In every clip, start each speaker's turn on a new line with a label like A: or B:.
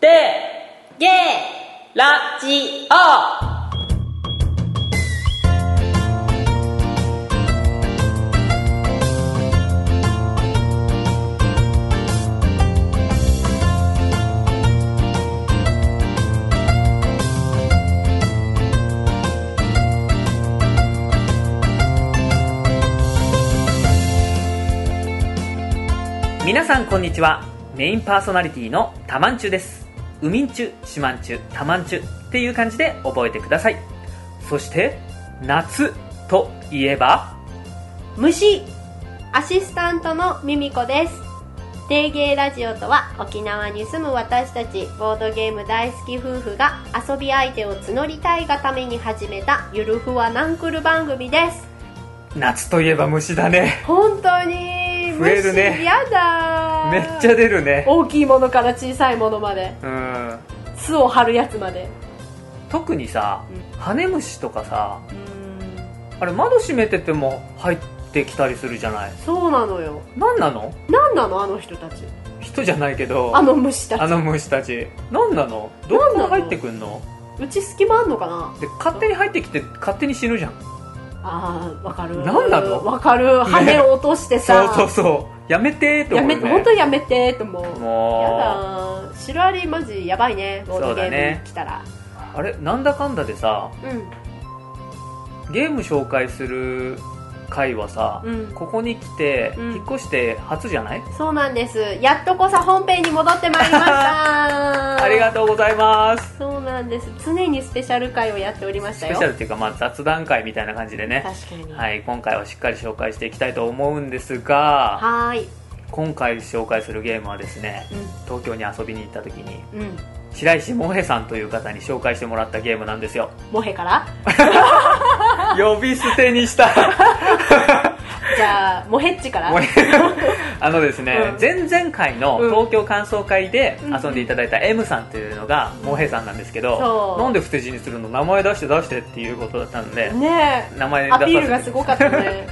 A: で、ゲー、ラジオ皆さんこんにちはメインパーソナリティのタマンチュですウミンチュシマンチュタマンチュっていう感じで覚えてくださいそして夏といえば
B: 虫アシスタントのミミコですデーゲーラジオとは沖縄に住む私たちボードゲーム大好き夫婦が遊び相手を募りたいがために始めたゆるふわナンクル番組です
A: 夏といえば虫だね
B: 本当に
A: 増えるね
B: 虫やだー
A: めっちゃ出るね
B: 大きいものから小さいものまで
A: うん
B: 巣を張るやつまで
A: 特にさ羽ネムシとかさ
B: うん
A: あれ窓閉めてても入ってきたりするじゃない
B: そうなのよ
A: 何なの
B: 何なのあの人たち
A: 人じゃないけど
B: あの虫た
A: あ
B: ち
A: の虫たち何なのど
B: 何
A: こ
B: な
A: から
B: の
A: 入ってくんの
B: うち隙間あんのかな
A: で勝手に入ってきて勝手に死ぬじゃん
B: ああわかる
A: なんなの
B: わかる羽を落として
A: そ
B: さ、
A: うそうそうやめてーって
B: や
A: 思う
B: め
A: よ
B: て
A: ね
B: 本当にやめてと思うや
A: も
B: だーシロアリマジやばいねボードゲ
A: そうだ
B: ー
A: ね
B: ムに来たら
A: うあれなんだかんだでさゲーム紹介する回はさ、
B: うんうん
A: ここに来て、
B: うん
A: 引っ越して初じゃない
B: そうなんですやっとこさ本編に戻ってまいりました
A: ありがとうございます
B: そうなんです常にスペシャル回をやっておりまし
A: ス
B: た
A: ペ
B: よ
A: シャルっていうか、まあ、雑談会みたいな感じでね
B: 確かには
A: はい、今回はしっかり紹介していきたいと思うんですが
B: ーい
A: 今回紹介するゲームはですね
B: う
A: 東京に遊びに行った時に
B: んうん
A: 白石萌さんという方に紹介してもらったゲームなんですよ
B: モヘから
A: 呼び捨てにした
B: じゃ あモヘッチから
A: 萌 あのですね、
B: うん
A: 前々回の
B: うん
A: 東京感想会で
B: うん
A: 遊んでいただいた M さんというのが萌さんなんですけど、
B: そう
A: なんで不手字にするの名前出して出してっていうことだったので、
B: ねえ
A: 名 前出
B: ア
A: させ
B: ピ
A: て
B: ールがすごかっ たね、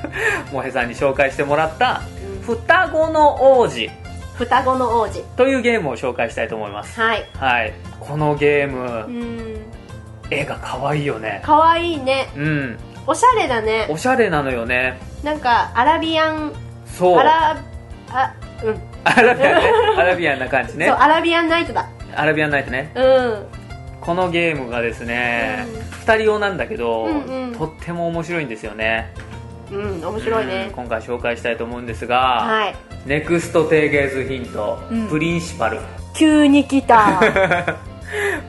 A: 萌さんに紹介してもらった
B: うん
A: 双子の王子
B: 双子の王子
A: というゲームを紹介したいと思います
B: はい
A: はいこのゲー
B: う
A: ム
B: ん
A: 絵が可愛いよね
B: かわいいね
A: うん
B: おしゃれだね
A: おしゃれなのよね
B: なんかアラビアン
A: そう
B: アラあうん、
A: アラビアンねアラビアンな感じね
B: そうアラビアンナイトだ
A: アラビアンナイトね
B: うん
A: このゲームがですね、
B: うん
A: 二人用なんだけど、
B: うんうん
A: とっても面白いんですよね
B: うん面白いね
A: うん今回紹介したいと思うんですが
B: はい
A: 「ネクスト提言図ヒント、
B: うん
A: プリンシパル」
B: 急に 来た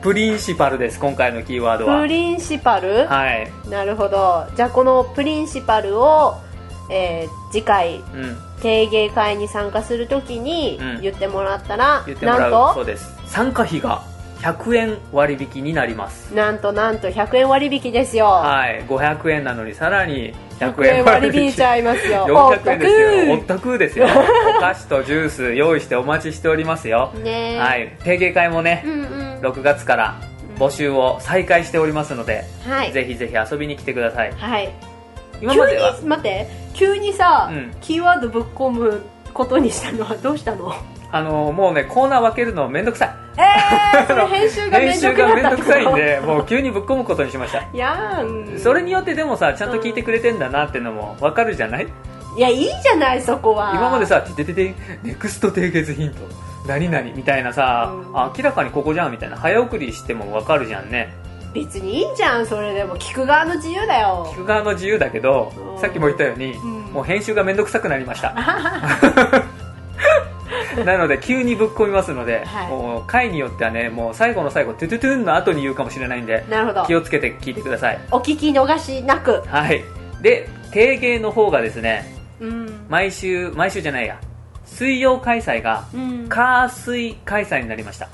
A: プリンシパルです今回のキーワードは
B: プリンシパル
A: はい、
B: なるほどじゃあこのプリンシパルを、えー次回
A: うん、
B: 定芸会に参加するときに
A: うん
B: 言ってもらったら、
A: 言っても
B: な
A: ら
B: ん
A: うそう
B: と
A: です参加費が100円割引になります
B: なんとなんと100円割引ですよ、
A: はい500円なのにさらに100
B: 100円
A: 円割
B: 割
A: 引
B: 引ちゃいます よ
A: 400円ですよお
B: お
A: っ
B: 得
A: たくですよお菓子とジュース用意してお待ちしておりますよ、
B: ねえ、
A: はい定芸会もね
B: うんうん
A: 6月から募集を再開しておりますので、
B: はい
A: ぜひぜひ遊びに来てください
B: はい
A: 今までは
B: 急に待って急にさ、
A: うん
B: キーワードぶっ込むことにしたのはどうした の
A: あのもうねコーナー分けるのめんどくさ
B: えー、 それ編
A: い
B: 集がめ
A: 練
B: んど
A: 習
B: くな
A: が
B: っ
A: めん
B: た
A: どくさいんで
B: とこ
A: もう急にぶっ込むことにしました
B: やーん
A: それによってでもさちゃんと聞いてくれてんだなってのも分かるじゃない
B: いやいいじゃないそこは
A: 今までさ「ててててネクスト締結ヒント何々」みたいなさ、
B: うん
A: あ明らかにここじゃんみたいな早送りしても分かるじゃんね
B: 別にいいじゃんそれでも聞く側の自由だよ
A: 聞く側の自由だけど、
B: うん
A: さっきも言ったように、
B: ん
A: もう編集がめんどくさくなり ましたなので急にぶっ込みますので、
B: はい
A: もう回によってはねもう最後の最後「トゥトゥトゥン」の後に言うかもしれないんで
B: なるほど
A: 気をつけて聞いてください
B: お聞き逃しなく
A: はいで提芸の方がですね
B: うん、
A: 毎週毎週じゃないや水曜開催が
B: うん、
A: 火水開催になりました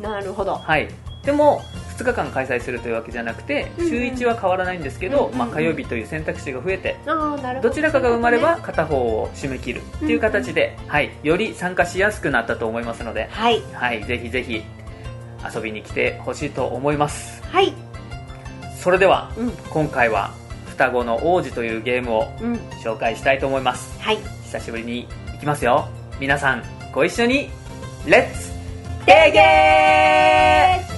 B: なるほど
A: はい、でも2日間開催するというわけじゃなくて、
B: うんうん
A: 週1は変わらないんですけど、
B: うんうん
A: まあ、火曜日という選択肢が増えて、
B: ああなるほど
A: どちらかが生まれば片方を締め切るっていう形で、はい、より参加しやすくなったと思いますので、
B: はい
A: はい、ぜひぜひ遊びに来てほしいと思います
B: はい
A: それでは
B: うん
A: 今回は「双子の王子」というゲームを
B: うん
A: 紹介したいと思います
B: はい
A: 久しぶりに行きますよ皆さんご一緒にレッツデーゲー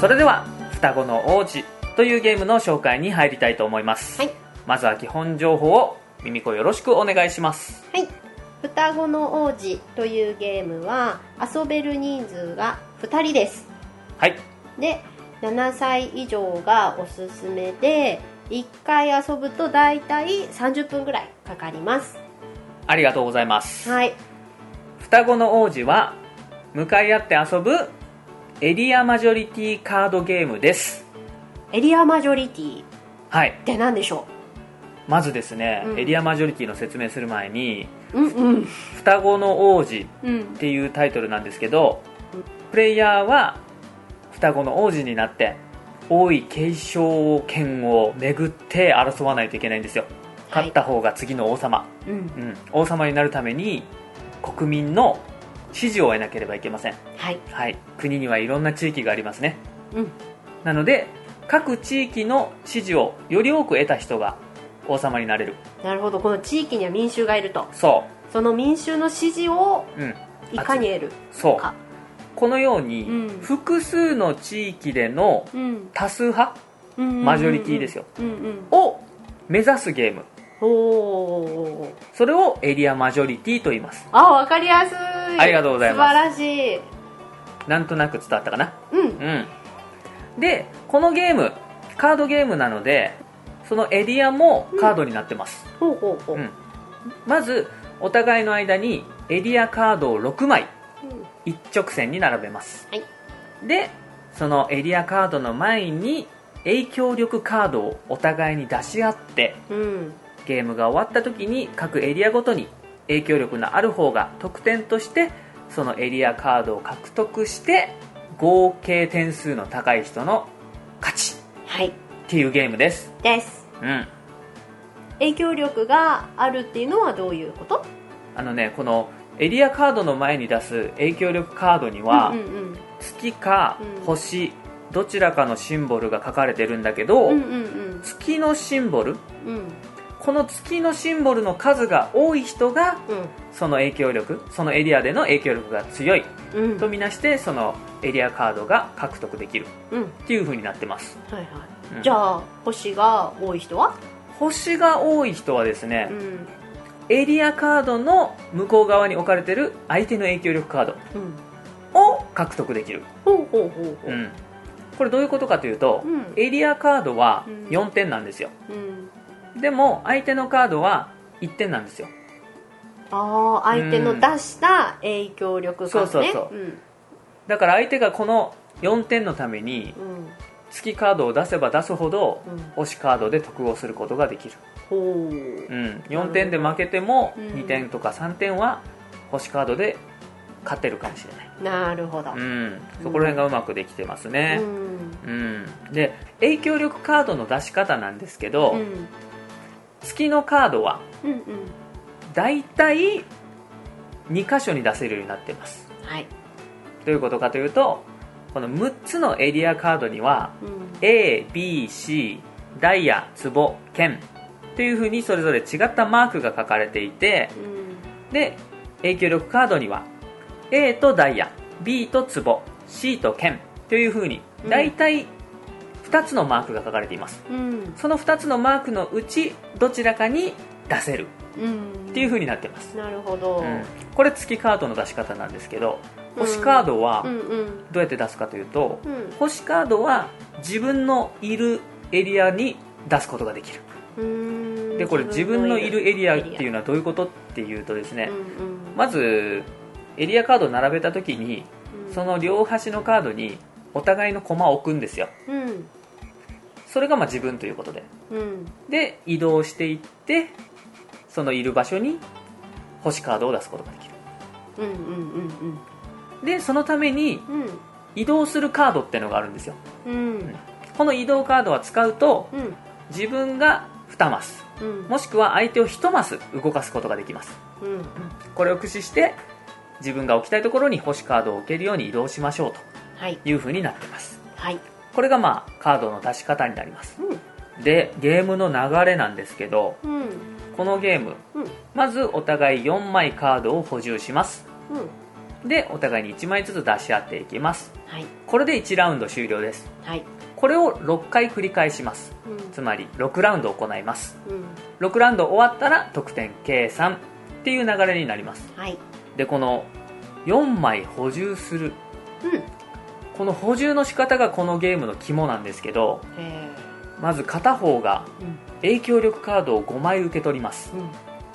A: それでは双子の王子というゲームの紹介に入りたいと思います、
B: はい
A: まずは基本情報をミミコよろしくお願いします
B: はい双子の王子というゲームは遊べる人数が2人です
A: はい
B: で7歳以上がおすすめで1回遊ぶとだいたい30分ぐらいかかります
A: ありがとうございます
B: はい
A: 双子の王子は向かい合って遊ぶエリアマジョリティカードゲームです
B: エリアマジョリティっ
A: はい
B: て何でしょ
A: まずですね、
B: うん
A: エリアマジョリティの説明する前に
B: ううんうん
A: 双子の王子
B: うん
A: っていうタイトルなんですけどプレイヤーは双子の王子になって王位継承権を巡って争わないといけないんですよ勝った方が次の王様、
B: うん
A: うん、王様になるために国民の支持を得なければいけません、
B: はい
A: はい、国にはいろんな地域がありますね
B: うん
A: なので各地域の支持をより多く得た人が王様になれる
B: なるほどこの地域には民衆がいると
A: そ
B: その民衆の支持を
A: う、うん、
B: いかに得る
A: そう
B: か
A: このように、
B: うん
A: 複数の地域での
B: うん
A: 多数派マ
B: マ
A: ジョリティですよ
B: うんうん
A: を目指すゲーム
B: おおー
A: それをエリアマジョリティと言います
B: あわかりやすい
A: ありがとうございます
B: 素晴らしい
A: なんとなく伝わったかな
B: うん
A: うんでこのゲームカードゲームなのでそのエリアもカードになってます、
B: ほうほうほう、
A: うんまずお互いの間にエリアカードを6枚
B: うん
A: 一直線に並べます、
B: はい
A: でそのエリアカードの前に影響力カードをお互いに出し合って
B: うん
A: ゲームが終わった時に各エリアごとに影響力のある方が得点としてそのエリアカードを獲得して合計点数の高い人の勝ち
B: はい
A: っていうゲームです
B: です
A: うん
B: 影響力があるっていうのはどういうこと
A: あのねこのエリアカードの前に出す影響力カードには、
B: うんうん
A: 月か
B: うん
A: 星、どちらかのシンボルが書かれてるんだけど、
B: うんうんうん
A: 月のシンボル
B: うんうん
A: この月のシンボルの数が多い人がその影響力そのエリアでの影響力が強い
B: うんうん
A: とみなしてそのエリアカードが獲得できる
B: うん
A: っていう風になってます
B: はいはい、
A: うん
B: じゃあ星が多い人は
A: 星が多い人はですね、
B: うん
A: エリアカードの向こう側に置かれてる相手の影響力カー
B: うん
A: ドを獲得できる、
B: ほうほうほうほ
A: う、
B: うん
A: これどういうことかというと、
B: うん
A: エリアカードは
B: うん
A: 4点なんですよ
B: うん
A: でも相手のカードは1点なんですよ
B: ああ相手の出した影響力がね、
A: そうそうそう
B: ん
A: だから相手がこの4点のために
B: うん
A: 月カードを出せば出すほど
B: うん、
A: 推しカードで得をすることができる
B: ほう
A: うん、4点で負けても
B: うん
A: 2点とか3点は星カードで勝てるかもしれない、
B: なるほど、
A: うん、そこら辺がうまくできてますね、
B: うん
A: うん、で影響力カードの出し方なんですけど、
B: うん
A: 月のカードは
B: うんうん
A: だいたい2箇所に出せるようになってます
B: はい、
A: どういうことかというとこの6つのエリアカードには
B: うん、
A: ABC ダイヤ壺剣っていうふうにそれぞれ違ったマークが書かれていて
B: うん
A: で影響力カードには A とダイヤ B とツボ C と剣というふうに
B: うん
A: 大体2つのマークが書かれています、
B: うん
A: その2つのマークのうちどちらかに出せる
B: うん
A: っていうふうになってます、
B: なるほど、
A: うんこれ月カードの出し方なんですけど
B: うん
A: 星カードは
B: うんうん
A: どうやって出すかというと、
B: うん
A: 星カードは自分のいるエリアに出すことができる
B: うん
A: でこれ自分のいるエリアっていうのはどういうことっていうとですね、
B: うん
A: まずエリアカードを並べた時に
B: うん
A: その両端のカードにお互いの駒を置くんですよ
B: うん
A: それがまあ自分ということで
B: うん
A: で移動していってそのいる場所に星カードを出すことができる
B: うんうんうんうん
A: でそのために
B: うん
A: 移動するカードってのがあるんですよ
B: うん
A: この移動カードは使うと
B: うん
A: 自分が2マス
B: うん
A: もしくは相手を1マス動かすことができます
B: うん
A: これを駆使して自分が置きたいところに星カードを置けるように移動しましょう
B: はい
A: というふうになってます
B: はい
A: これがまあカードの出し方になります
B: う
A: でゲームの流れなんですけど
B: んうん
A: このゲーム
B: うん
A: まずお互い4枚カードを補充します
B: うん
A: でお互いに1枚ずつ出し合っていきます
B: はい
A: これで1ラウンド終了です
B: はい
A: これを6回繰り返します
B: うん
A: つまり6ラウンド行います
B: うん
A: 6ラウンド終わったら得点計算っていう流れになります
B: はい
A: でこの4枚補充する
B: うんへ
A: この補充の仕方がこのゲームの肝なんですけど
B: え
A: まず片方が
B: うん
A: 影響力カードを5枚受け取ります
B: うん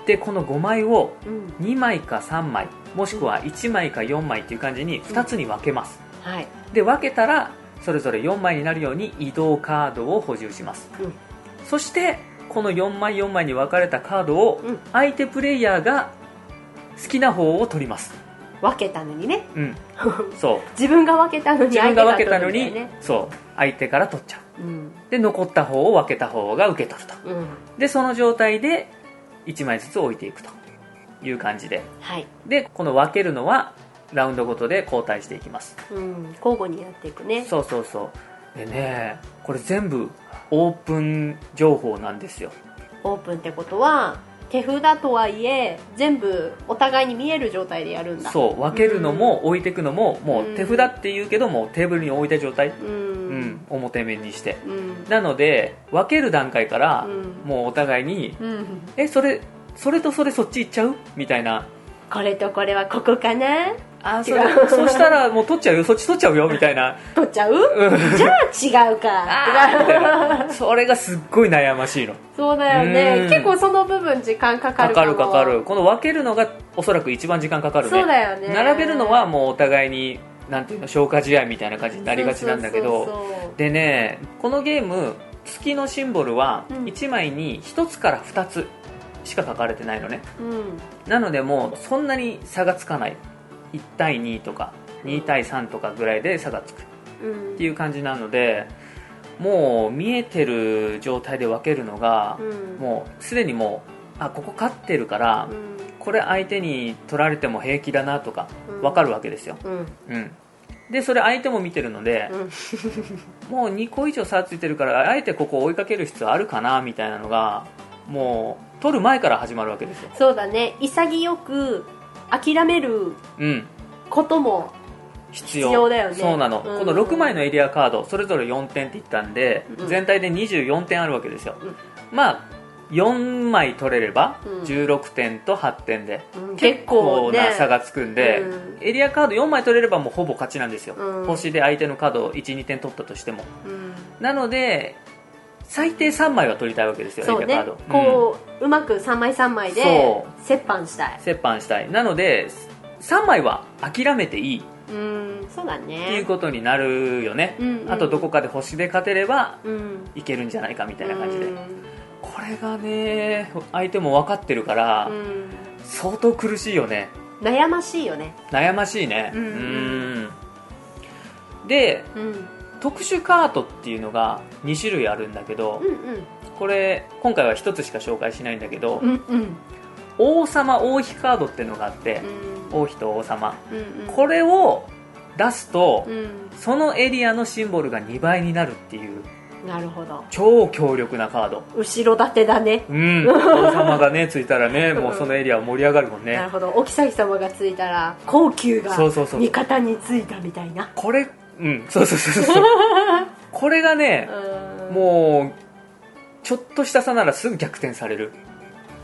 A: でこの5枚を
B: うん
A: 2枚か3枚もしくは1枚か4枚っていう感じに2つに分けます
B: はい
A: で分けたらそれぞれ4枚になるように移動カードを補充します
B: うん
A: そしてこの4枚4枚に分かれたカードを
B: うん
A: 相手プレイヤーが好きな方を取ります
B: 分けたのにね
A: うんそう
B: 自分が分けたのに
A: 自
B: 相
A: 分
B: 手
A: が分
B: が取
A: けた
B: る
A: の
B: んだよ
A: に
B: ね
A: そう相手から取っちゃう
B: うん
A: で残った方を分けた方が受け取ると
B: うん
A: でその状態で1枚ずつ置いていくという感じで
B: はい
A: でこの分けるのはラウンドごとで交代していきます
B: うん交互にやっていくね
A: そうそうそうでねこれ全部オープン情報なんですよ
B: オープンってことは手札とはいえ全部お互いに見える状態でやるんだ
A: そう分けるのも置いていくのももう手札っていうけどもうテーブルに置いた状態
B: う
A: うんん表面にして
B: うん
A: なので分ける段階から
B: うん
A: もうお互いに
B: うん
A: 「えそれそれとそれそっち行っちゃう?」みたいな
B: これとこれはここかな
A: 「あーそ
B: 違
A: れ
B: う
A: そしたらもう取っちゃうよそっち取っちゃうよ」みたいな
B: 取っちゃう
A: うん
B: じゃあ違
A: あー
B: う
A: み
B: か
A: たいなそれがすっごい悩ましいの
B: そうだよ
A: うん
B: ね結構その部分時間か
A: か
B: かる
A: か
B: も
A: るかかるこの分けるのがおそらく一番時間かかるね
B: そうだよね
A: 並べるのはもうお互いになんていうの消化試合みたいな感じになりがちなんだけど
B: そうそうそう
A: でねこのゲーム月のシンボルは
B: うん
A: 1枚に1つから2つしか書かれてないのね
B: そううん
A: なのでもうそんなに差がつかない1対2とか2対3とかぐらいで差がつく
B: うん
A: っていう感じなのでもう見えてる状態で分けるのが
B: うん
A: もうすでにもうあここ勝ってるから
B: うん
A: これ相手に取られても平気だなとか
B: うん
A: 分かるわけですよ、
B: うん
A: うん、でそれ相手も見てるので
B: うん
A: もう2個以上差ついてるからあえてここを追いかける必要あるかなみたいなのがもう取る前から始まるわけですよ、
B: そうだね潔く諦める
A: うん、
B: ことも
A: 必要
B: 必要だよね
A: そうなの、
B: う
A: こ
B: ん
A: の6枚のエリアカードそれぞれ4点って言ったんで、
B: うん
A: 全体で24点あるわけですよ、
B: うん
A: まあ4枚取れれば
B: うん
A: 16点と8点で、
B: うん
A: 結構
B: 結構
A: な
B: ね
A: 差がつくんで、
B: うん
A: エリアカード4枚取れればもうほぼ勝ちなんですよ、
B: うん
A: 星で相手のカードを12点取ったとしても
B: うん
A: なので最低3枚は取りたいわけですよ、
B: そう
A: エリア
B: ね
A: カード、
B: こう、うまく3枚3枚で
A: そ
B: 折半したい
A: 折半したいなので3枚は諦めていい
B: うんそうだ
A: っていう
B: ね
A: ことになるよね、
B: うんうん
A: あとどこかで星で勝てれば
B: うん
A: いけるんじゃないかみたいな感じで、
B: うん
A: これがね相手も分かってるから、
B: うん
A: 相当苦しいよね
B: 悩ましいよね
A: 悩ましいね
B: うんうん
A: んで
B: うんうん
A: 特殊カードっていうのが2種類あるんだけど、これ今回は1つしか紹介しないんだけど、
B: うんうんうん
A: 王様王妃カードっていうのがあって、王妃と王様
B: うんうん
A: これを出すと、
B: うん
A: そのエリアのシンボルが2倍になるっていう
B: なるほど
A: 超強力なカード
B: 後ろ盾だね
A: うん、王様がねついたらねもうそのエリアは盛り上がるもん
B: な
A: ね
B: るほどお妃様がついたら高級が
A: そうそうそう
B: 味方についたみたいな
A: これうんそうそうそうそうこれがね
B: うん
A: もうちょっとした差ならすぐ逆転される、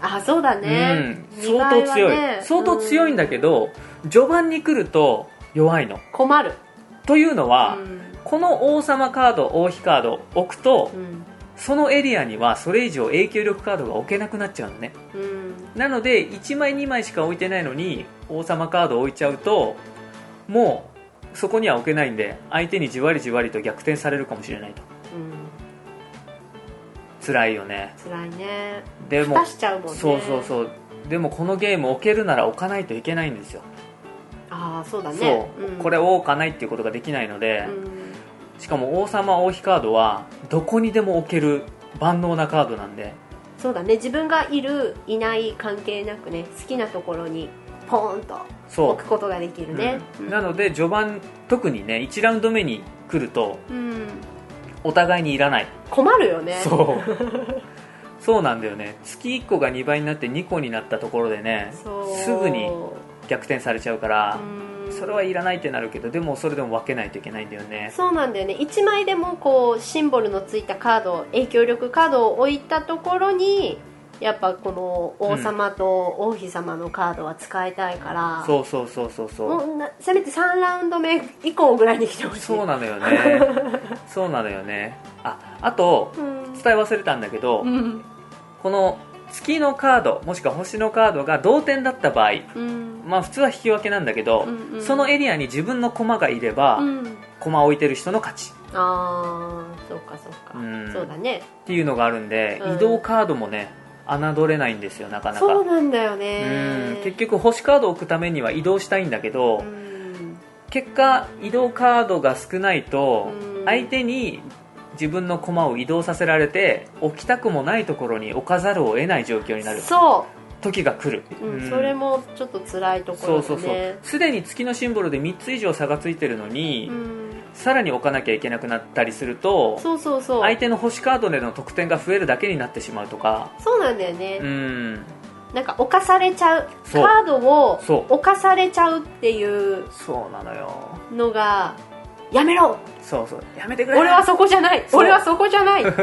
B: あそうだね
A: うん、相当強い、相当強いん
B: だ
A: だけど序盤に来ると弱いの
B: 困る
A: というのは、
B: うん
A: この王様カード王妃カード置くと
B: うん
A: そのエリアにはそれ以上影響力カードが置けなくなっちゃうのね
B: うん
A: なので1枚2枚しか置いてないのに王様カードを置いちゃうともうそこには置けないんで相手にじわりじわりと逆転されるかもしれないと
B: うん
A: 辛いよね
B: 辛いね
A: でも
B: 蓋しちゃうもんね
A: そうそうそうでもこのゲーム置けるなら置かないといけないんですよ、
B: ああそうだね
A: そう、
B: ん
A: これを置かないっていうことができないので
B: う、ん
A: しかも王様王妃カードはどこにでも置ける万能なカードなんで
B: そうだね自分がいるいない関係なくね好きなところにポーンと
A: そう
B: 置くことができるね
A: うんなので序盤特にね1ラウンド目に来ると
B: うん
A: お互いにいらない
B: 困るよね
A: そうそうなんだよね月1個が2倍になって2個になったところでね
B: そう
A: すぐに逆転されちゃうから
B: う、んうん
A: それはいらないってなるけどでもそれでも分けないといけないんだよね
B: そうなんだよね1枚でもこうシンボルのついたカード影響力カードを置いたところにやっぱこの王様と王妃様のカードは使いたいから、
A: そうそうそうそうそう
B: もうなせめて3ラウンド目以降ぐらいに来てほしい
A: そうなのよ ねそうなのよねああと
B: うん
A: 伝え忘れたんだけど、
B: うん
A: この月のカードもしくは星のカードが同点だった場合
B: うん
A: まあ普通は引き分けなんだけど、
B: うんうん
A: そのエリアに自分の駒がいれば、
B: うん
A: 駒を置いてる人の勝ち
B: あーそうかそうか、
A: うん
B: そうだね
A: っていうのがあるんで、
B: うん
A: 移動カードもね侮れないんですよなかなか
B: そうなんだよ
A: うん
B: ね
A: 結局星カードを置くためには移動したいんだけど、
B: うん
A: 結果移動カードが少ないと、
B: うん
A: 相手に自分の駒を移動させられて置きたくもないところに置かざるを得ない状況になる
B: そ
A: 時が来る、
B: う、うん
A: うん
B: それもちょっと辛いとこ
A: そう
B: ろだね
A: そうそうすでに月のシンボルで3つ以上差がついてるのに、
B: うん
A: さらに置かなきゃいけなくなったりすると
B: そうそうそう
A: 相手の星カードでの得点が増えるだけになってしまうとか
B: そうなんだよね、
A: うん
B: なんか犯されちゃうカ
A: そう
B: ードを
A: そう
B: 犯されちゃうっていう
A: そうなのよ
B: のがやめ ろ
A: そうそうやめてくれ
B: 俺はそこじゃない
A: そう
B: 俺はそこじ ゃないう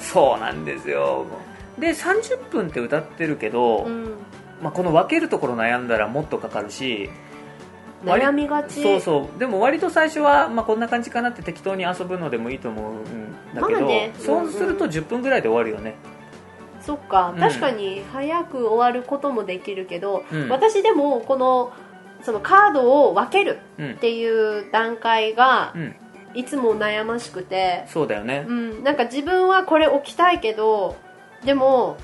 A: そうなんですよで30分って歌ってるけど、
B: ん
A: まあ、この分けるところ悩んだらもっとかかるし割
B: 悩みがち
A: そうそうでも割と最初は、まあ、こんな感じかなって適当に遊ぶのでもいいと思うんだけど、
B: まあね
A: そうすると
B: うん
A: 10分ぐらいで終わるよね、
B: そっか、
A: うん
B: 確かに早く終わることもできるけど、
A: うん
B: 私でもこのそのカードを分ける
A: うん
B: っていう段階が
A: うん、
B: いつも悩ましくて、
A: そうだよね
B: うん、なんか自分はこれ置きたいけどでも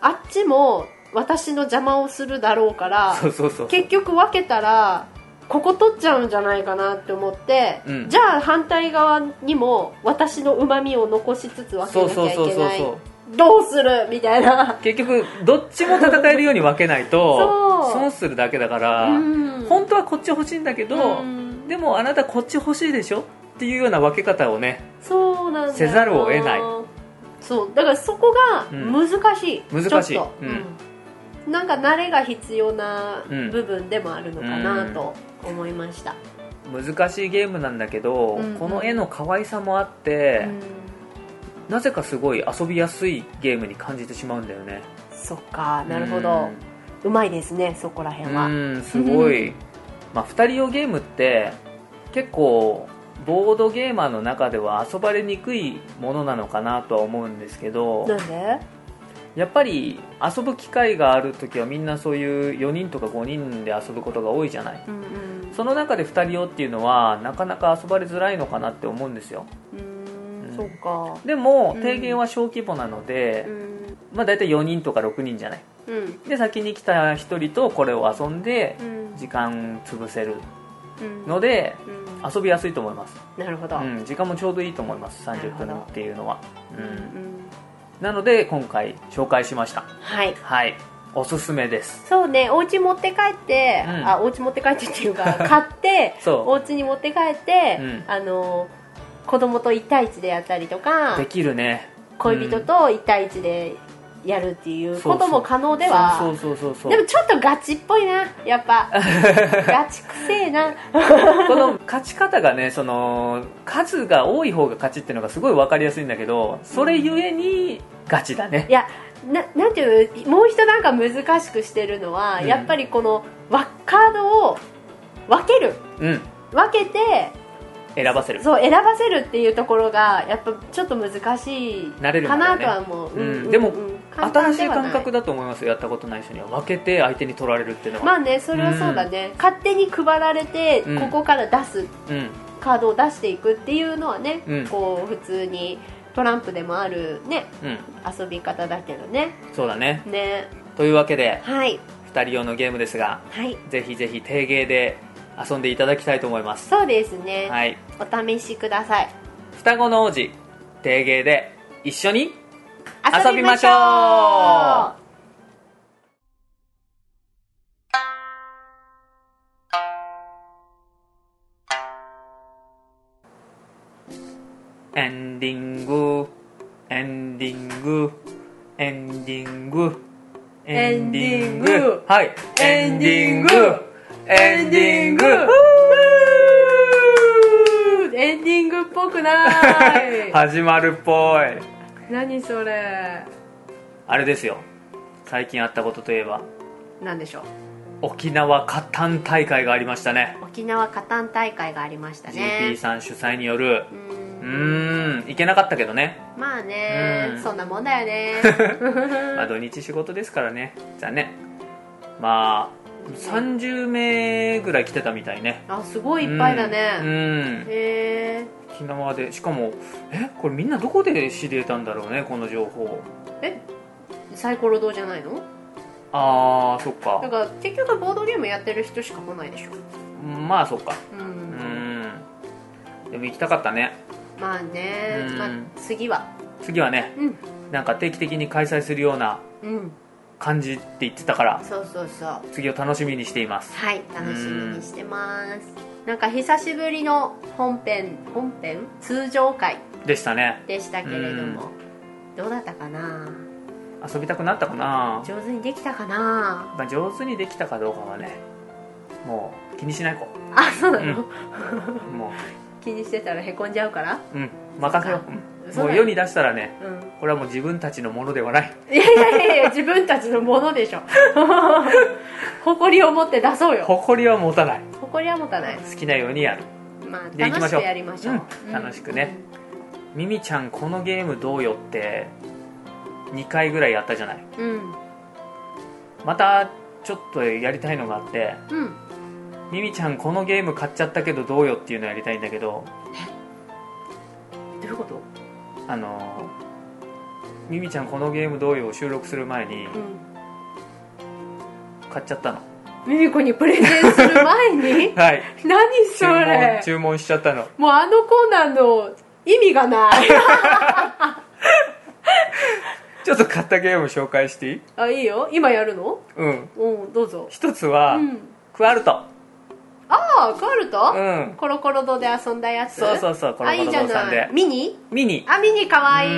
B: あっちも私の邪魔をするだろうから
A: そうそうそう
B: 結局分けたらここ取っちゃうんじゃないかなって思って、
A: うん
B: じゃあ反対側にも私のうまみを残しつつ分
A: そう
B: け
A: そう
B: なきゃ
A: そ
B: いうけ
A: そう
B: ない
A: そう
B: どうするみたいな
A: 結局どっちも戦えるように分けないと
B: そう
A: 損するだけだから、
B: うん
A: 本当はこっち欲しいんだけど、
B: うん
A: でもあなたこっち欲しいでしょっていうような分け方をね
B: そうなんだよな
A: せざるを得ない
B: そうだからそこが
A: うん
B: 難しい、
A: 難しい
B: ちょっ
A: う
B: と、
A: ん
B: うんなんか慣れが必要な
A: うん
B: 部分でもあるのかなと思いました、
A: 難しいゲームなんだけど、
B: うんうん
A: この絵の可愛さもあって、
B: うん
A: なぜかすごい遊びやすいゲームに感じてしまうんだよね
B: そっかなるほどうまいですねそこら
A: う
B: 辺は、
A: んうんすごい、 まあ、2人用ゲームって結構ボードゲーマーの中では遊ばれにくいものなのかなとは思うんですけど
B: なんで
A: やっぱり遊ぶ機会がある時はみんなそういう4人とか5人で遊ぶことが多いじゃない
B: うんうん
A: その中で2人用っていうのはなかなか遊ばれづらいのかなって思うんですよ
B: うー
A: うん
B: ん、そうか。
A: でも
B: うん
A: 提言は小規模なので
B: う、ん、
A: まあ、大体4人とか6人じゃない
B: うん、
A: で先に来た1人とこれを遊んで
B: うん、
A: 時間潰せる
B: うん、
A: ので
B: うん、
A: 遊びやすいと思います、
B: なるほど。
A: う
B: うん、
A: ん、時間もちょうどいいと思います
B: なる
A: 30
B: ほど
A: 分っていうのは、う、
B: うんん、
A: なので今回紹介しました
B: はい。
A: はいおすすめです
B: そうね、お家持って帰って、
A: うん
B: あ、お家持って帰ってっていうか、買って、お
A: そ
B: 家に持って帰って、
A: うん
B: あの子供と1対1でやったりと
A: う
B: か
A: で、きるね
B: 恋人と1対1でやるっていうことも可能では。
A: そうそうそうそう
B: でもちょっとガチっぽいな、やっぱ。ガチくせえな。
A: この勝ち方がねその数が多い方が勝ちっていうのがすごい分かりやすいんだけどそれゆえにガチだね
B: いやななんていうのもう一段階難しくしてるのは、
A: うん
B: やっぱりこのわカードを分ける
A: うん
B: 分けて
A: 選ばせる
B: そう選ばせるっていうところがやっぱちょっと難しい
A: 慣れる
B: か
A: んだよ
B: な
A: ね
B: とは思う、
A: うんでも
B: 簡単
A: 新し
B: で
A: い
B: はない
A: 感覚だと思いますよやったことない人には分けて相手に取られるっていうのは、
B: まあねそれはそうだね、勝手に配られて
A: うん
B: ここから出す、
A: うん
B: カードを出していくっていうのはね、
A: うん
B: こう普通にトランプでもあるね
A: うん
B: 遊び方だけどね
A: そうだね
B: ね
A: というわけで
B: はい
A: 2人用のゲームですが
B: はい
A: ぜひぜひ定芸で遊んでいただきたいと思います
B: そうですね、
A: はい
B: お試しください
A: 双子の王子定芸で一緒に
B: 遊びましょう
A: エンディングエンディングエンディング
B: エンディング
A: はい
B: エンディング
A: エンディング
B: エンディングっぽくな い
A: 始まるっぽい
B: 何それ
A: あれですよ最近あったことといえば
B: 何でしょ
A: 沖縄カタン大会がありましたね
B: う沖縄カタン大会がありました
A: GP
B: ね
A: さん主催によるう
B: うーん
A: ーん行けなかったけどね、
B: まあね
A: うん
B: そんなもんだよね
A: まあ、土日仕事ですからねじゃあねまあ30名ぐらい来てたみたいね
B: あすごいいっぱいだ
A: うん
B: ねへえ
A: うん沖縄でしかもえこれみんなどこで知り得たんだろうねこの情報
B: えサイコロ堂じゃないの
A: あーそっか
B: だから結局ボードゲームやってる人しか来ないでしょ
A: まあそっかう
B: う
A: んんでも行きたかったね
B: まあね
A: うん
B: まあ次は
A: 次はね
B: うん
A: なんか定期的に開催するような
B: うん
A: 感じって言ってたから
B: そうそうそう
A: 次を楽しみにしています
B: はい楽しみにしてますなんか久しぶりの本編本編通常回
A: でしたね
B: でしたけれどもどうだったかな
A: 遊びたくなったかな、
B: 上手にできたかな
A: まあ、上手にできたかどうかはねもう気にしない子
B: あそうなの、
A: も
B: 気にしてたらへこんじゃうから
A: ううん任せよううん
B: そうだよ
A: もう世に出したらね
B: うん
A: これはもう自分たちのものではない
B: いやいやいやいや自分たちのものでしょ誇りを持って出そうよ
A: 誇りは持たない
B: 誇りは持たない
A: 好きなようにやる
B: まあ
A: で行き
B: 楽
A: ま
B: し
A: しょ
B: く
A: う
B: やりましょう、
A: うん楽しくねミミちゃんこのゲームどうよって2回ぐらいやったじゃない
B: うん
A: またちょっとやりたいのがあって
B: うん
A: ミミちゃんこのゲーム買っちゃったけどどうよっていうのやりたいんだけど
B: どういうこと
A: あのミミちゃんこのゲームどうよを収録する前に
B: うん
A: 買っちゃ ったの
B: ミミコにプレゼンする前 に
A: はい
B: 何
A: 注
B: そ
A: 文
B: れ
A: 注文しちゃったの
B: もうあのコーナーの意味がない
A: ちょっと買ったゲーム紹介していい
B: あいいよ今やるの
A: うん
B: うんどうぞ
A: 一つは、
B: うん
A: クワルト
B: ああカール
A: う
B: ト、
A: ん
B: コロコロ堂で遊んだやつ
A: そうそうそうコロ
B: あ
A: コ
B: いい
A: ロ
B: じゃ
A: 堂さん
B: な
A: で
B: いミニ
A: ミニ
B: あミニかわい
A: う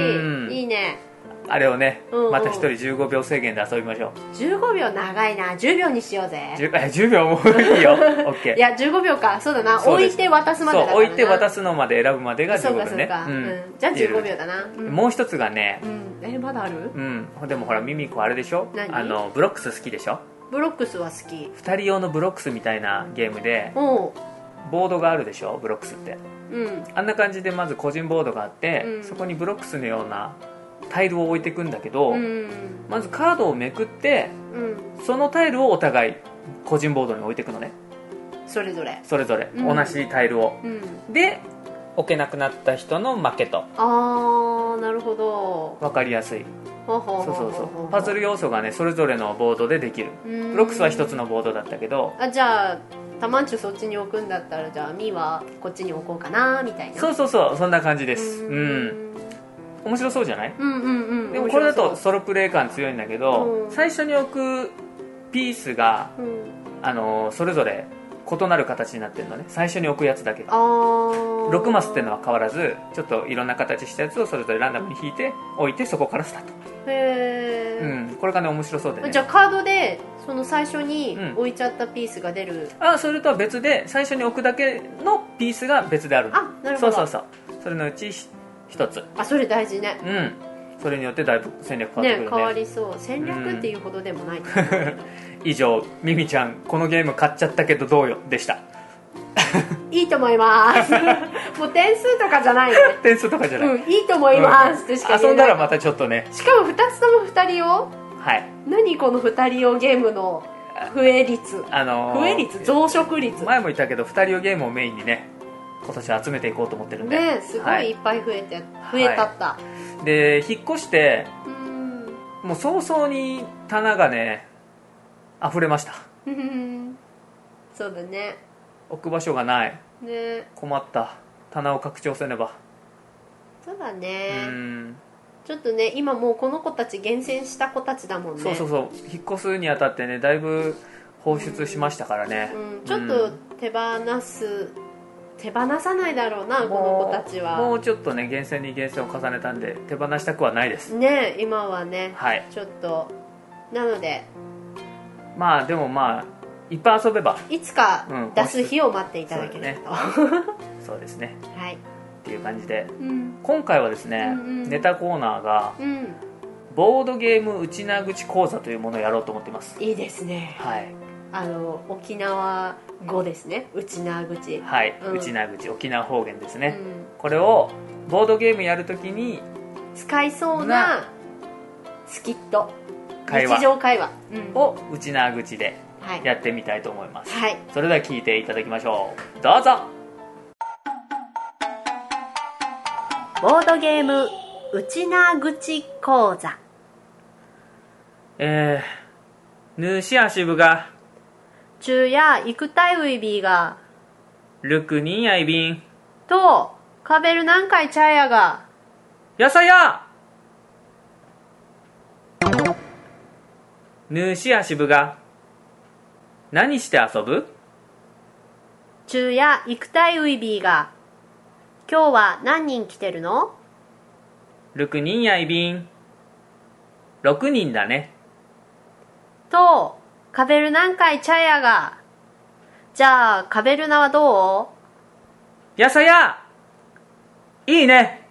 A: ん
B: いいいね
A: あれをね
B: うんうん
A: また一人15秒制限で遊びましょう
B: 15秒長いな10秒にしようぜ
A: 10, え10秒もういいよ OK
B: いや15秒かそうだな
A: そう
B: 置
A: で
B: い
A: す
B: て渡すまで
A: そ
B: だ
A: う
B: からな
A: 置いて渡すのまで選ぶまでが
B: そうか
A: 15
B: そ
A: 秒
B: う
A: ね
B: か、
A: うん
B: うんじゃあ15秒だな、うん
A: もう一つがね
B: うんえまだある
A: うんでもほらミミコあれでしょ
B: 何
A: あのブロックス好きでしょ
B: ブロックスは好き
A: 2人用のブロックスみたいなゲームで
B: おう
A: ボードがあるでしょブロックスって
B: うん
A: あんな感じでまず個人ボードがあって、
B: うん
A: そこにブロックスのようなタイルを置いていくんだけど、
B: うん
A: まずカードをめくって
B: うん
A: そのタイルをお互い個人ボードに置いていくのね
B: それぞれ
A: それぞれ、
B: うん
A: 同じタイルを
B: うん
A: で置けなくなった人の負けと
B: あーなるほど
A: 分かりやすい
B: ほうほ
A: そうそ
B: ほ
A: う
B: ほ
A: そ
B: ほ
A: うパズル要素がねそれぞれのボードでできる
B: ブ
A: ブロックスは一つのボードだったけど
B: あじゃあタマンチュそっちに置くんだったらじゃあミはこっちに置こうかなみたいな
A: そううそうそうそんな感じで
B: です
A: うん面白そうじゃない
B: うんうんうん
A: でもこれだと
B: 面白そ
A: ソロプレイ感強いんだけど
B: うん
A: 最初に置くピースが
B: ううん
A: あのーそれぞれ異なる形になってるのね最初に置くやつだけ
B: あー
A: 6マスっていうのは変わらずちょっといろんな形したやつをそれぞれランダムに引いて置いてそこからスタート、
B: へ
A: う
B: え、
A: ん、これがね面白そうでね
B: じゃあカードでその最初に
A: うん
B: 置いちゃったピースが出る、
A: あそれとは別で最初に置くだけのピースが別であるの
B: あなるほど
A: そうそうそうそれのうちひ一つ
B: あそれ大事ね
A: うんそれによってだいぶ戦略変わって
B: ね
A: くる
B: 変
A: ね
B: わりそう戦略っていうほどでもないけど、
A: 以上「ミミちゃんこのゲーム買っちゃったけどどうよ」でした
B: いいと思います もう点数とかじゃないね
A: 点数とかじゃない、
B: うんいいと思いますってしか言
A: 遊
B: え
A: んだ
B: ない
A: らまたちょっとね
B: しかも2つとも2人用
A: はい
B: 何この2人用ゲームの増え率
A: あのー
B: 増え率増殖率
A: 前も言ったけど2人用ゲームをメインにね今年は集めていこうと思ってるんで、
B: ねすご
A: はい
B: いいっぱい増えて、増えたった、
A: で引っ越して
B: うーん
A: もう早々に棚がね溢れました
B: ふふふそうだね
A: 置く場所がない
B: ね
A: 困った棚を拡張せねば
B: そうだ
A: う
B: ね、
A: ーん
B: ちょっとね今もうこの子たち厳選した子たちだもんね
A: そうそうそう引っ越すにあたってねだいぶ放出しましたからね、
B: うん、ちょっと手放す手放さないだろうなこの子た
A: も
B: ち
A: うも
B: は
A: うちょっとね厳選に厳選を重ねたんで手放したくはないです
B: ね今はね
A: はい
B: ちょっとなので
A: まあでもまあいっぱい遊べば
B: いつか
A: うん
B: 出す日を待っていただければと、
A: そうですね
B: はい、
A: っていう感じで
B: うん
A: 今回はですね、
B: うんうん
A: ネタコーナーが
B: うん、
A: ボードゲーム内な口講座というものをやろうと思っています
B: いいですね
A: はい
B: あの沖縄語ですね内縄口、
A: はい、
B: うん
A: 内な口沖縄方言です
B: う
A: ね、
B: ん、
A: これをボードゲームやるときに
B: 使いそうな
A: な
B: スキット
A: 会話
B: 日常会話、うん
A: を内な口で
B: はい、
A: やってみたいと思います
B: はい、
A: それでは聞いていただきましょうどうぞ
B: ボードゲーム内縄口講座
A: えー、ぬしあしぶが
B: 中や行くたいウイビーが
A: ルクニンやいびん
B: とカベル何回ちゃやが
A: やさやぬしあしぶが何して遊ぶ
B: 中や行くたいウイビーが今日は何人来てるの
A: ルクニンやいびん6人だね
B: とカベル何回ちゃやがじゃあカベルナはどう
A: やさやいいね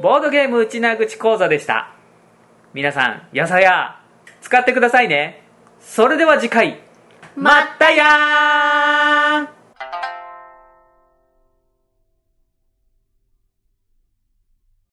A: ボードゲームうちなぐち講座でした皆さんやさや使ってくださいねそれでは次回まったやー